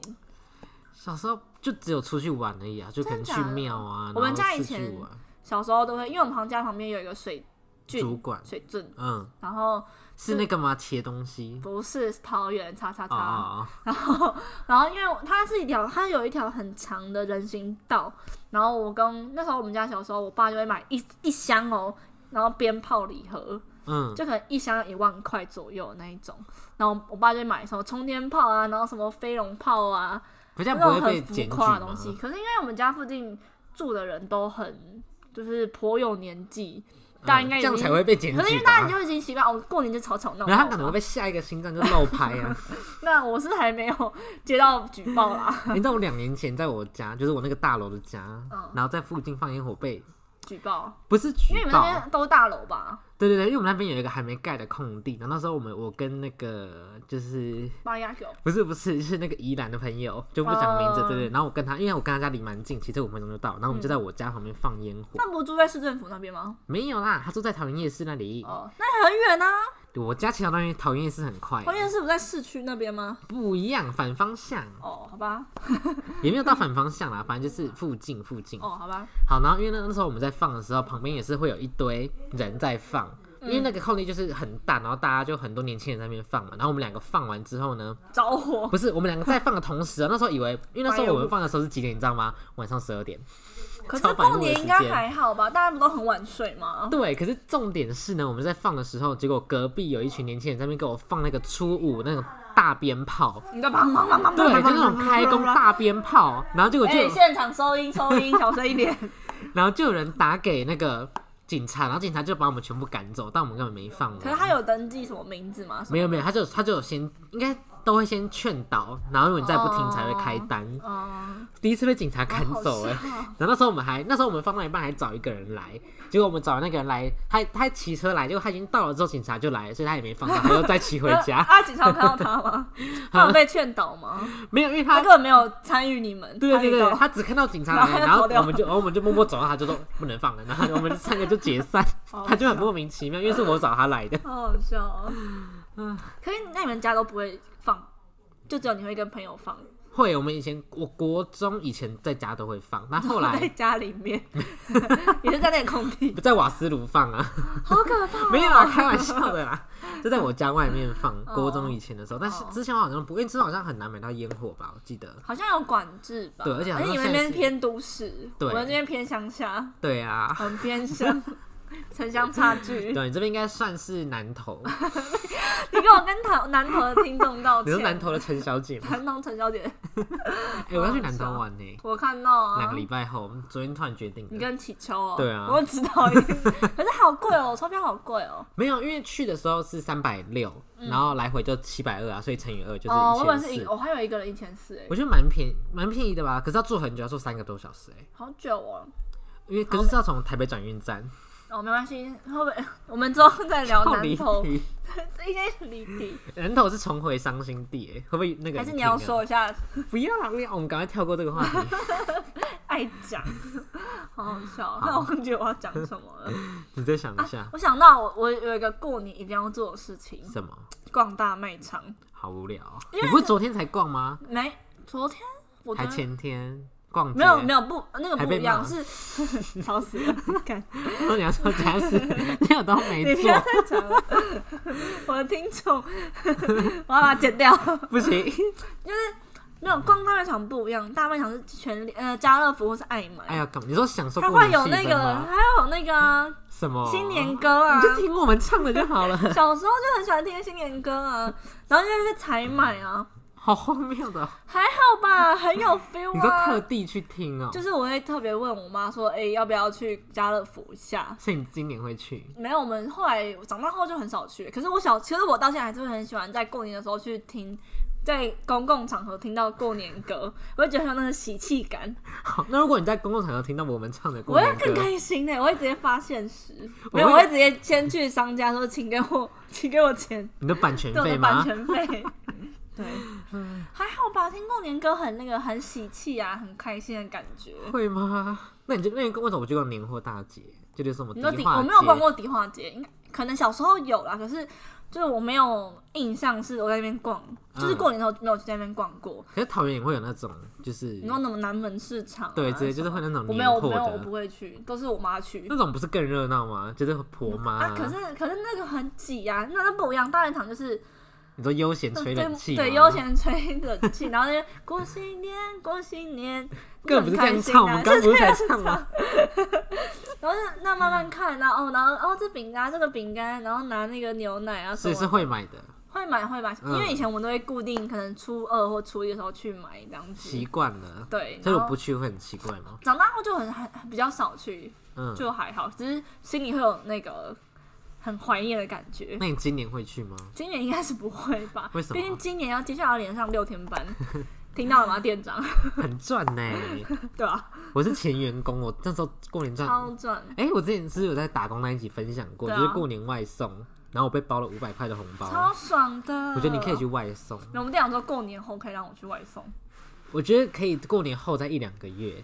Speaker 2: 小时候就只有出去玩而已啊，就可能
Speaker 1: 真的
Speaker 2: 去
Speaker 1: 假的
Speaker 2: 庙啊，
Speaker 1: 我们
Speaker 2: 然后
Speaker 1: 家以
Speaker 2: 出去
Speaker 1: 前
Speaker 2: 玩
Speaker 1: 小时候都会，因为我们旁家旁边有一个水郡
Speaker 2: 主管，
Speaker 1: 水圳，
Speaker 2: 嗯，
Speaker 1: 然后
Speaker 2: 是那个吗？切东西
Speaker 1: 不是桃园叉叉
Speaker 2: 哦
Speaker 1: 叉，
Speaker 2: 哦
Speaker 1: 然后因为它是一条，它有一条很长的人行道，然后我跟那时候我们家小时候，我爸就会买一一箱哦，然后鞭炮礼盒，
Speaker 2: 哦，嗯，
Speaker 1: 就可能一箱一万块左右那一种，然后我爸就会买什么冲天炮啊，然后什么飞龙炮啊，
Speaker 2: 比较
Speaker 1: 那
Speaker 2: 不会
Speaker 1: 种
Speaker 2: 被
Speaker 1: 很
Speaker 2: 检
Speaker 1: 浮
Speaker 2: 举
Speaker 1: 夸的
Speaker 2: 嘛
Speaker 1: 东。西。可是因为我们家附近住的人都很就是颇有年纪，
Speaker 2: 嗯
Speaker 1: 大家应该已
Speaker 2: 这样
Speaker 1: 经
Speaker 2: 才会被检
Speaker 1: 可是因
Speaker 2: 举
Speaker 1: 为大家
Speaker 2: 吧。
Speaker 1: 就已经习惯哦，过年就吵吵闹闹吧。
Speaker 2: 然后他可能会被下一个心脏就漏拍啊！ (laughs)
Speaker 1: 那我是还没有 (laughs) 接到举报啦，
Speaker 2: 你知道我两年前在我家，就是我那个大楼的家
Speaker 1: 嗯，
Speaker 2: 然后在附近放烟火被
Speaker 1: 举报。
Speaker 2: 不是举
Speaker 1: 因为你们那
Speaker 2: 报，
Speaker 1: 边都大楼吧？
Speaker 2: 对对对，因为我们那边有一个还没盖的空地，然后那时候我们我跟那个就是
Speaker 1: 八鸭狗
Speaker 2: 不是不是是那个宜兰的朋友，就不讲名字，
Speaker 1: 哦
Speaker 2: 对对对。然后我跟他，因为我跟他家离蛮近，其实五分钟就到，然后我们
Speaker 1: 嗯
Speaker 2: 就在我家旁边放烟火。
Speaker 1: 那不住在市政府那边吗？
Speaker 2: 没有啦，他住在桃园夜市那里。
Speaker 1: 哦，那很远啊！
Speaker 2: 我家其实桃园桃园夜市很快，
Speaker 1: 桃园市不在市区那边吗？
Speaker 2: 不一样，反方向
Speaker 1: 哦，好吧，
Speaker 2: 也没有到反方
Speaker 1: (laughs)
Speaker 2: 向啦，反正就是附近附近。
Speaker 1: 哦，好吧，
Speaker 2: 好，然后因为那那时候我们在放的时候，旁边也是会有一堆人在放，
Speaker 1: 嗯
Speaker 2: 因为那个空地就是很大，然后大家就很多年轻人在那边放嘛。然后我们两个放完之后呢，
Speaker 1: 着火
Speaker 2: (laughs) 不是我们两个在放的
Speaker 1: (laughs)
Speaker 2: 同时啊，那时候以为，因为那时候我们放的时候是几点，你知道
Speaker 1: 哎
Speaker 2: 吗？晚上十二点。
Speaker 1: 可是
Speaker 2: 超白目的
Speaker 1: 过年应该还好吧？大家不都很晚睡吗？
Speaker 2: 对，可是重点是呢，我们在放的时候，结果隔壁有一群年轻人在那边给我放那个初五那种大鞭炮，
Speaker 1: 你在砰砰砰砰砰，(laughs)
Speaker 2: 对，就那种开工大鞭炮，然后结果就有、
Speaker 1: 哎，现场收音收音，小声一
Speaker 2: (laughs)
Speaker 1: 点。
Speaker 2: 然后就有人打给那个警察，然后警察就把我们全部赶走，但我们根本没放完。
Speaker 1: 可是他有登记什么名字吗？
Speaker 2: 没有没有，他就他就有先应该都会先劝导，然后如果你再不听才会开单。
Speaker 1: 嗯，
Speaker 2: 第一次被警察赶走哎、
Speaker 1: 好好笑 (laughs)
Speaker 2: 然后那时候我们还，那时候我们放到一半还找一个人来，结果我们找那个人来，他他骑车来，结果他已经到了之后警察就来了，所以他也没放到，他又再骑回
Speaker 1: 那 (laughs)
Speaker 2: 家。
Speaker 1: 啊，警察有看到他
Speaker 2: (laughs)
Speaker 1: 吗？他有被劝导吗？
Speaker 2: 没有，因为
Speaker 1: 他
Speaker 2: 他
Speaker 1: 根本没有参与你们，
Speaker 2: 对对对
Speaker 1: 参与
Speaker 2: 对，
Speaker 1: 到
Speaker 2: 他只看到警
Speaker 1: (laughs)
Speaker 2: 察
Speaker 1: 然后
Speaker 2: 来，
Speaker 1: 他就
Speaker 2: 然后
Speaker 1: 走掉
Speaker 2: 我们就然后我们就默默走到他，就说不能放了，然后我们三个就解散
Speaker 1: 好，
Speaker 2: 他就很莫名其妙，因为是我找他来的。
Speaker 1: 好好笑、哦。可是那你们家都不会放，就只有你会跟朋友放，
Speaker 2: 会，我们以前我国中以前在家都会放，那后
Speaker 1: 在
Speaker 2: 来
Speaker 1: 家里面， (laughs) 也是在那个空地，
Speaker 2: 在瓦斯炉放啊。
Speaker 1: 好可怕、哦
Speaker 2: (laughs) 没有啦，开玩笑的啦，就在我家外面放。国中以前的时候，但是
Speaker 1: 哦
Speaker 2: 之前我好像不，因为之前好像很难买到烟火吧，我记得。
Speaker 1: 好像有管制吧？
Speaker 2: 对而且好像
Speaker 1: 你们那
Speaker 2: 现在
Speaker 1: 边
Speaker 2: 是
Speaker 1: 偏都市，
Speaker 2: 对
Speaker 1: 我们这边偏乡下，
Speaker 2: 对啊，
Speaker 1: 很偏
Speaker 2: (laughs)
Speaker 1: 乡，城乡差距。
Speaker 2: 对你这边应该算是南投，
Speaker 1: 你跟我跟台南头的听众道
Speaker 2: 你
Speaker 1: 歉。
Speaker 2: 是南投的陈小姐
Speaker 1: (laughs)
Speaker 2: 吗？
Speaker 1: 南投陈小姐，
Speaker 2: 哎，我要去南投玩呢，
Speaker 1: 我看到啊，
Speaker 2: 两个礼拜后，我们昨天突然决定
Speaker 1: 你
Speaker 2: 的。
Speaker 1: 跟祈秋哦，
Speaker 2: 对啊
Speaker 1: 我知道一定，可是好贵哦，钞票好贵哦。
Speaker 2: 没有，因为去的时候是三百六，然后来回就七百二啊，所以乘以二 (laughs) 就
Speaker 1: 嗯哦，我本来
Speaker 2: 是
Speaker 1: 是
Speaker 2: 一
Speaker 1: 一，
Speaker 2: 千
Speaker 1: 我、
Speaker 2: 四。
Speaker 1: 哦、还有一个人一千四哎
Speaker 2: 我，觉得蛮便蛮便宜的吧，可是要坐很久，要坐三个多小时哎，
Speaker 1: 好久哦。
Speaker 2: 因为可是是要从台北转运站。
Speaker 1: 哦，没关系，后面 (laughs) 我们之后再聊
Speaker 2: 离
Speaker 1: 南投，
Speaker 2: 题，
Speaker 1: 这应该是离题，
Speaker 2: 南投是重回伤心地哎，会不会那个人
Speaker 1: 还是你
Speaker 2: 听啊
Speaker 1: 要说一下
Speaker 2: 不要啦，不要，我们赶快跳过这个
Speaker 1: (laughs)
Speaker 2: 话题。
Speaker 1: 爱
Speaker 2: (laughs)
Speaker 1: 讲，好好笑。那我忘记我要讲什么了。
Speaker 2: 你再想一下，
Speaker 1: 我想到我我有一个过年一定要做的事情，
Speaker 2: 什么？
Speaker 1: 逛大卖场。
Speaker 2: 好无聊哦。你不是昨天才逛吗？
Speaker 1: 没，昨天我昨
Speaker 2: 还
Speaker 1: 天
Speaker 2: 前天逛街？
Speaker 1: 没有没有不那个
Speaker 2: 还
Speaker 1: 不
Speaker 2: 被
Speaker 1: 一样，
Speaker 2: 骂
Speaker 1: 是 (laughs) 吵死了，
Speaker 2: (laughs)
Speaker 1: 干
Speaker 2: 有。你要说家
Speaker 1: (laughs)
Speaker 2: 事，你有都没
Speaker 1: 你不
Speaker 2: 做
Speaker 1: 要，再讲了， (laughs) 我的听众，我要把它剪掉。 (laughs)
Speaker 2: 不行。
Speaker 1: 那种逛大卖场不一样，大卖场是全联呃家乐福或是爱买，
Speaker 2: 哎呀，干嘛你说享受
Speaker 1: 它
Speaker 2: 过
Speaker 1: 会
Speaker 2: 年
Speaker 1: 有
Speaker 2: 气
Speaker 1: 那
Speaker 2: 氛
Speaker 1: 个，
Speaker 2: 吗？
Speaker 1: 还有那个啊
Speaker 2: 什么
Speaker 1: 新年歌啊
Speaker 2: 你，就听我们唱的就好了，
Speaker 1: (laughs) 小时候就很喜欢听新年歌啊，然后就是采买啊，
Speaker 2: 好荒谬的哦。
Speaker 1: 还好吧，很
Speaker 2: (laughs)
Speaker 1: 有 feel
Speaker 2: 你说特
Speaker 1: 啊。
Speaker 2: 地去听哦，
Speaker 1: 就是我会特别问我妈说，哎、要不要去家乐福一下？
Speaker 2: 所以你今年会去？
Speaker 1: 没有，我们后来长大后就很少去。可是我小，其实我到现在还是会很喜欢在过年的时候去听，在公共场合听到过年歌，我会觉得很有那个喜气感，
Speaker 2: 好，那如果你在公共场合听到我们唱的
Speaker 1: 我
Speaker 2: 过
Speaker 1: 会
Speaker 2: 年
Speaker 1: 更
Speaker 2: 歌，
Speaker 1: 开心欸呢、我会直接发现实，
Speaker 2: 我
Speaker 1: 没有，
Speaker 2: 会
Speaker 1: 我会直接先去商家说，请给我，请给我钱，
Speaker 2: 你的版权
Speaker 1: 对我
Speaker 2: 费
Speaker 1: 的
Speaker 2: 吗
Speaker 1: 版？权
Speaker 2: (laughs)
Speaker 1: 费。对，还好吧，听过年歌很那个很喜气啊，很开心的感觉。
Speaker 2: 会吗？那你就那你为什么不去逛年货大街？这就是我们
Speaker 1: 你说
Speaker 2: 迪
Speaker 1: 迪，
Speaker 2: 化
Speaker 1: 我哦没有
Speaker 2: 街
Speaker 1: 逛过迪化街，应该可能小时候有啦，可是就是我没有印象是我在那边逛，
Speaker 2: 嗯
Speaker 1: 就是过年的时候没有去那边逛过。
Speaker 2: 可是桃园也会有那种，就是
Speaker 1: 你说那种南门市场、啊，
Speaker 2: 对，直接就是会那种
Speaker 1: 我没
Speaker 2: 年
Speaker 1: 有，我
Speaker 2: 货
Speaker 1: 没有，我不
Speaker 2: 的，啊
Speaker 1: 会去，都是我妈去。
Speaker 2: 那种不是更热闹吗？就是婆妈
Speaker 1: 啊，可是可是那个很挤啊，那那不一样。大人堂就是
Speaker 2: 你说悠闲吹冷气
Speaker 1: 对
Speaker 2: 吗，
Speaker 1: 对悠闲吹冷气，然后就过新年过新年，
Speaker 2: (laughs) 根本不是这样
Speaker 1: 很开心
Speaker 2: 唱，我
Speaker 1: 啊
Speaker 2: 们刚刚
Speaker 1: 是
Speaker 2: 不是
Speaker 1: 这
Speaker 2: 才
Speaker 1: 样
Speaker 2: 唱吗？
Speaker 1: 然后就那慢慢看，然后哦，然后哦这饼干、这个饼干，然后拿那个牛奶啊什
Speaker 2: 所以
Speaker 1: 么
Speaker 2: 是
Speaker 1: 的，
Speaker 2: 会买的
Speaker 1: 会买会买，因
Speaker 2: 嗯
Speaker 1: 为以前我们都会固定可能初二或初一的时候去买这样子
Speaker 2: 习。惯了，
Speaker 1: 对，
Speaker 2: 所
Speaker 1: 然
Speaker 2: 以我
Speaker 1: 后
Speaker 2: 不去会很奇怪吗？
Speaker 1: 长大后就很很比较少去，
Speaker 2: 嗯，
Speaker 1: 就还好，只是心里会有那个很怀念的感觉。
Speaker 2: 那你今年会去吗？
Speaker 1: 今年应该是不会吧？
Speaker 2: 嗯为什么
Speaker 1: 毕竟今年要接下来连上六天
Speaker 2: (laughs)
Speaker 1: 班，听到了吗，店长？ (laughs)
Speaker 2: 很赚呢、
Speaker 1: 对吧、
Speaker 2: 我是前员工，我那时候过年赚
Speaker 1: 超赚，
Speaker 2: 哎、我之前是有在打工那一集分享过，
Speaker 1: 对啊
Speaker 2: 就是过年外送，然后我被包了五百块的红包
Speaker 1: 超。爽的。
Speaker 2: 哦我觉得你可以去。外送，
Speaker 1: 我们店长说过年后可以让我去外送。
Speaker 2: 我觉得可以过年后再一两个月，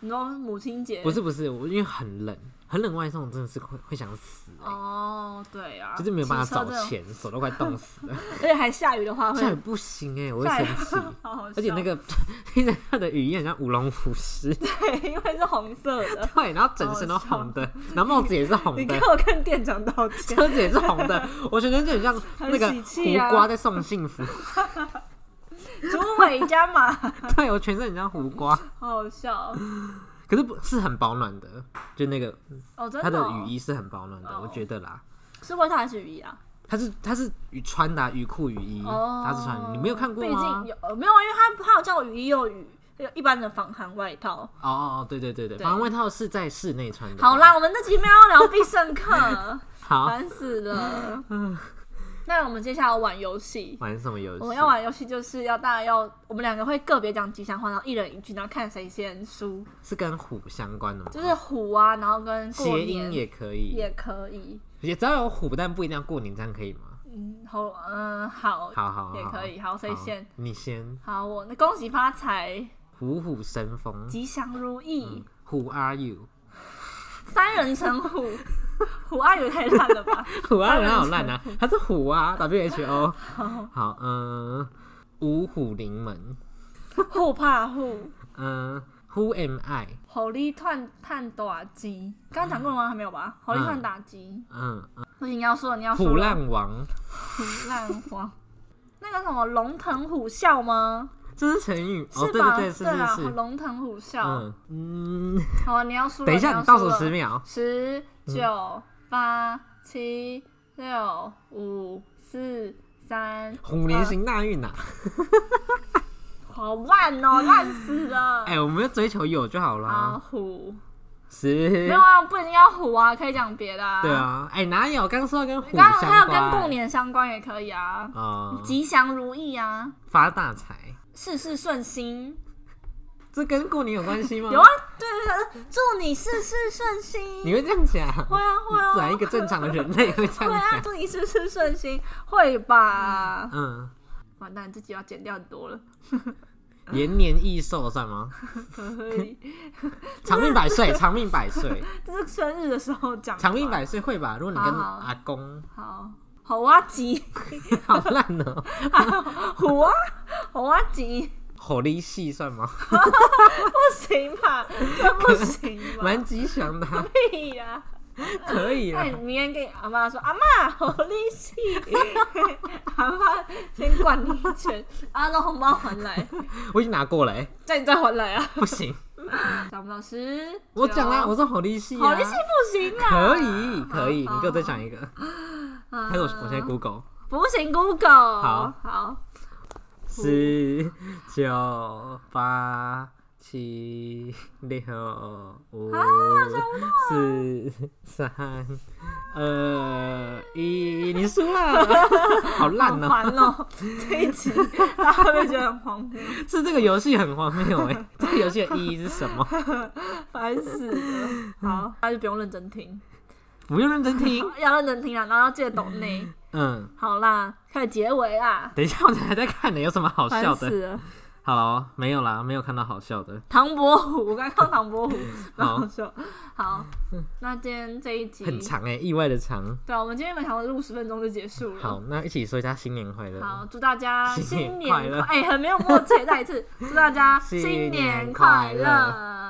Speaker 1: 你说母亲节
Speaker 2: 不是不是，我因为很冷，很冷外送真的是会会想死、欸，
Speaker 1: 哦，对啊，
Speaker 2: 就是没有办法
Speaker 1: 骑车
Speaker 2: 找
Speaker 1: 这种，
Speaker 2: 钱，手都快冻死
Speaker 1: (laughs)
Speaker 2: 了，
Speaker 1: 而且还下雨的话会
Speaker 2: 这样也不行哎、我会
Speaker 1: 下雨。
Speaker 2: 生气
Speaker 1: (laughs) 好好笑
Speaker 2: 而且那个听着他的语言很像舞龙舞狮，
Speaker 1: 对，因为是红色
Speaker 2: (laughs)
Speaker 1: 的。
Speaker 2: 对，然后整身都红的，然后帽子也是红
Speaker 1: 你
Speaker 2: 的
Speaker 1: 给，我跟店长道歉。
Speaker 2: 车子也是红的，我觉得就很像那个
Speaker 1: 很喜气啊
Speaker 2: 胡瓜在送幸福，
Speaker 1: 竹尾加码，好
Speaker 2: 对我全身很像胡瓜。
Speaker 1: 好笑哦
Speaker 2: 可是不是很保暖的，就那个
Speaker 1: 哦，真
Speaker 2: 它
Speaker 1: 的
Speaker 2: 的
Speaker 1: 哦、
Speaker 2: 雨衣是很保暖的，
Speaker 1: 哦
Speaker 2: 我觉得啦。
Speaker 1: 是外套还是雨衣啊？
Speaker 2: 它是它是雨穿搭雨裤雨衣，
Speaker 1: 哦，
Speaker 2: 它嗯是穿，你没有看过
Speaker 1: 毕
Speaker 2: 吗
Speaker 1: 竟？有呃没有啊，因为他他有叫雨衣又雨，有一般的防寒外套。
Speaker 2: 哦哦哦，对对对对，
Speaker 1: 对
Speaker 2: 防寒外套是在室内穿的。
Speaker 1: 好啦，，我们这集没有聊必胜客，
Speaker 2: (laughs) 好，
Speaker 1: 烦死了。
Speaker 2: (laughs)
Speaker 1: 那我们接下来玩游戏。
Speaker 2: 玩什么游戏？
Speaker 1: 我们要玩游戏，就是要大家要我们两个会个别讲吉祥话，然后一人一句，然后看谁先输，
Speaker 2: 是跟虎相关的吗？
Speaker 1: 就是虎啊，然后跟过
Speaker 2: 谐
Speaker 1: 年
Speaker 2: 音也可以，
Speaker 1: 也可以。
Speaker 2: 也只要有虎，但不一定要过年，这样可以吗？
Speaker 1: 嗯，好，嗯，好，
Speaker 2: 好好，好
Speaker 1: 也可以。好，谁先？？
Speaker 2: 你先，
Speaker 1: 好，我那恭喜发财，
Speaker 2: 虎虎生风。
Speaker 1: 吉祥如意，
Speaker 2: Who are you？
Speaker 1: 三人成虎。虎阿有太烂了吧？(laughs)
Speaker 2: 虎啊，人好烂啊，它是虎啊，W H O。好，嗯，五虎临门，
Speaker 1: 虎怕虎，
Speaker 2: 嗯，Who am I？
Speaker 1: 狐狸探探打鸡。刚刚讲过了吗？还没有吧？狐狸探打鸡，
Speaker 2: 嗯，
Speaker 1: 不行，你要说了，你啊要说了。
Speaker 2: 虎烂王，
Speaker 1: 虎烂黄，那个什么龙腾虎啸吗？
Speaker 2: 这是成语哦，
Speaker 1: 是
Speaker 2: 对
Speaker 1: 吧？
Speaker 2: 对对，是
Speaker 1: 啊，
Speaker 2: 是是，
Speaker 1: 龙腾虎啸。
Speaker 2: 嗯嗯，
Speaker 1: 好，你要输了。
Speaker 2: 等一下，
Speaker 1: 要
Speaker 2: 你倒
Speaker 1: 输
Speaker 2: 数
Speaker 1: 了嗯
Speaker 2: 十秒，嗯
Speaker 1: 十九八七六五四三，
Speaker 2: 虎年行大运呐！啊
Speaker 1: 好烂哦，烂死了。
Speaker 2: 哎，我们要追求有就好
Speaker 1: 啊
Speaker 2: 啦，
Speaker 1: 虎，没
Speaker 2: 十
Speaker 1: 有，啊，不一定要虎啊，可以讲别的啊。
Speaker 2: 哎对，啊，哎，哪有？刚说要跟虎
Speaker 1: 刚刚还有
Speaker 2: 相关，
Speaker 1: 跟过年相关也可以啊，
Speaker 2: 啊，
Speaker 1: 吉祥如意啊，
Speaker 2: 发大财，
Speaker 1: 事事顺心。
Speaker 2: 这跟过年有关系吗？
Speaker 1: 有啊，对对对，祝你事事顺
Speaker 2: 嗯
Speaker 1: 心。
Speaker 2: 你会这样讲？
Speaker 1: 会啊会啊
Speaker 2: 自然一个正常的人类会这
Speaker 1: 对
Speaker 2: 样
Speaker 1: 啊，
Speaker 2: 讲。
Speaker 1: 祝你事事顺心，会吧？
Speaker 2: 嗯，
Speaker 1: 完蛋，自己要剪掉很多了。啊
Speaker 2: 延年益寿
Speaker 1: (laughs)
Speaker 2: 算吗？
Speaker 1: 可以，
Speaker 2: (laughs) 长命百岁，长命百岁，
Speaker 1: 这是生日的时候讲的吧。
Speaker 2: 长命百岁会吧？如果你跟
Speaker 1: 好好
Speaker 2: 阿公，
Speaker 1: 好，好啊
Speaker 2: (laughs)
Speaker 1: 吉，
Speaker 2: 好烂哦、
Speaker 1: 虎啊，好啊吉，
Speaker 2: 火力系算吗？
Speaker 1: 不行吧？这不行吧？
Speaker 2: 蛮吉祥的啊、
Speaker 1: 屁呀、
Speaker 2: 可以啊
Speaker 1: 那你
Speaker 2: 了。
Speaker 1: 明天跟你阿妈说，阿妈好利息，阿妈先灌你一拳，阿妈红包还来，
Speaker 2: 我已经拿过了、欸，
Speaker 1: 再再还来啊！
Speaker 2: 不行，
Speaker 1: 讲不到十，
Speaker 2: 我讲啦，
Speaker 1: 九
Speaker 2: 我说好利息、啊，
Speaker 1: 好利息不行啊，
Speaker 2: 可以可以，
Speaker 1: 好
Speaker 2: 你给我再讲一个。
Speaker 1: 啊
Speaker 2: 还是我我现在 Google
Speaker 1: 不行，Google，
Speaker 2: 好
Speaker 1: 好，
Speaker 2: 十九八七六五四三二一，你
Speaker 1: (laughs)
Speaker 2: 输了，好
Speaker 1: 好
Speaker 2: 烂哦、
Speaker 1: 烦
Speaker 2: (laughs)
Speaker 1: 哦，这一集大家会不会觉得很荒谬？
Speaker 2: 是这个游戏很荒谬哎、
Speaker 1: (laughs)
Speaker 2: 这个游戏的意义是什么？
Speaker 1: 烦死
Speaker 2: 嗯
Speaker 1: 了。好，大家就不用认真听，
Speaker 2: 不用认真听。
Speaker 1: 要认真听啊，然后记得懂内。
Speaker 2: 嗯，
Speaker 1: 好啦，开始结尾啦，
Speaker 2: 等一下，我还在看呢，有什么好笑
Speaker 1: 烦
Speaker 2: 的？
Speaker 1: 死了。
Speaker 2: 好了，没有啦，没有看到好笑的，
Speaker 1: 唐伯虎，我刚刚看唐伯虎，蛮
Speaker 2: (laughs) 好嗯
Speaker 1: 好笑。好，那今天这一集
Speaker 2: 很，长哎、意外的长。
Speaker 1: 对啊，我们今天本想录十分钟就结束了。
Speaker 2: 好，那一起说一下新年快乐。
Speaker 1: 好，祝大家
Speaker 2: 新年
Speaker 1: 新年
Speaker 2: 快乐
Speaker 1: 哎、很没有默契，再一次，祝大家
Speaker 2: (laughs) 新
Speaker 1: 新
Speaker 2: 年
Speaker 1: 年
Speaker 2: 快
Speaker 1: 快
Speaker 2: 乐
Speaker 1: 乐。